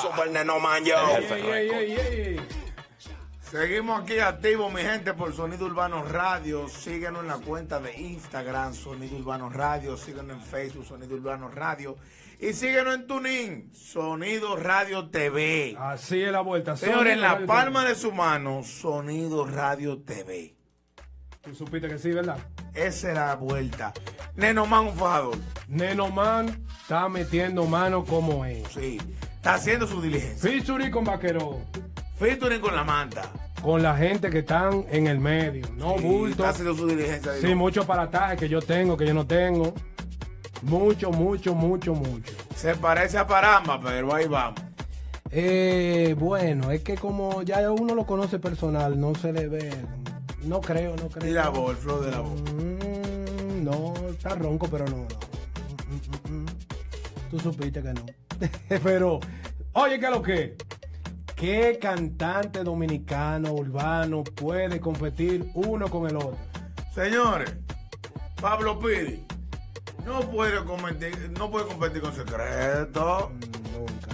super neno man, yo. El jefe récord. Seguimos aquí activos, mi gente, por Sonido Urbano Radio. Síguenos en la cuenta de Instagram, Sonido Urbano Radio. Síguenos en Facebook, Sonido Urbano Radio. Y síguenos en TuneIn, Sonido Radio TV. Así es la vuelta. Señores, en Sonido la Radio palma TV. de su mano, Sonido Radio TV. Tú supiste que sí, ¿verdad? Esa era la vuelta. Neno Man, un fajador. Nenoman está metiendo mano como es. Sí. Está haciendo su diligencia. Featuring con Vaquero. Featuring con la manta. Con la gente que están en el medio. No Sí, bulto. Está haciendo su diligencia. Sí, digo. mucho parataje que yo tengo, que yo no tengo. Mucho, mucho, mucho, mucho. Se parece a Paramba, pero ahí vamos. Eh, bueno, es que como ya uno lo conoce personal, no se le ve. No creo, no creo. Y la voz, el flow de la voz. Mm, no, está ronco, pero no. no. Mm, mm, mm, mm. Tú supiste que no. pero, oye, ¿qué es lo que? ¿Qué cantante dominicano urbano puede competir uno con el otro? Señores, Pablo Piri no puede competir, no puede competir con secreto. Nunca.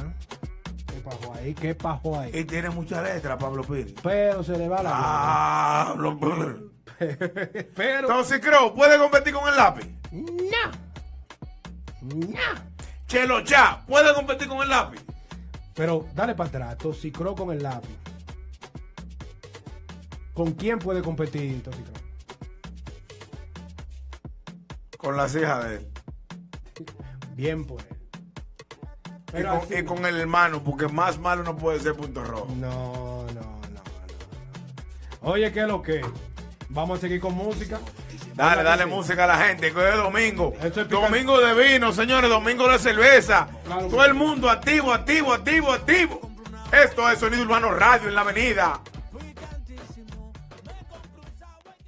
¿Qué pajo ahí? ¿Qué pajo ahí? Y tiene mucha letra, Pablo Piri. Pero se le va la Ah. Pablo Piri. vida. Pero. Entonces, Crow puede competir con el lápiz. No. No. Chelo Chá puede competir con el lápiz. Pero dale para atrás, Toxicro con el lápiz. ¿Con quién puede competir Toxicro? Con las hijas de él. Bien por él. Y Pero así- con, y con el hermano, porque más malo no puede ser punto rojo. No, no, no, no. Oye, ¿qué es lo que? Vamos a seguir con música. Dale, dale música a la gente, que hoy es domingo. Eso es picante. domingo de vino, señores, domingo de cerveza. Claro. Todo el mundo activo, activo, activo, activo. Esto es Sonido Urbano Radio en la avenida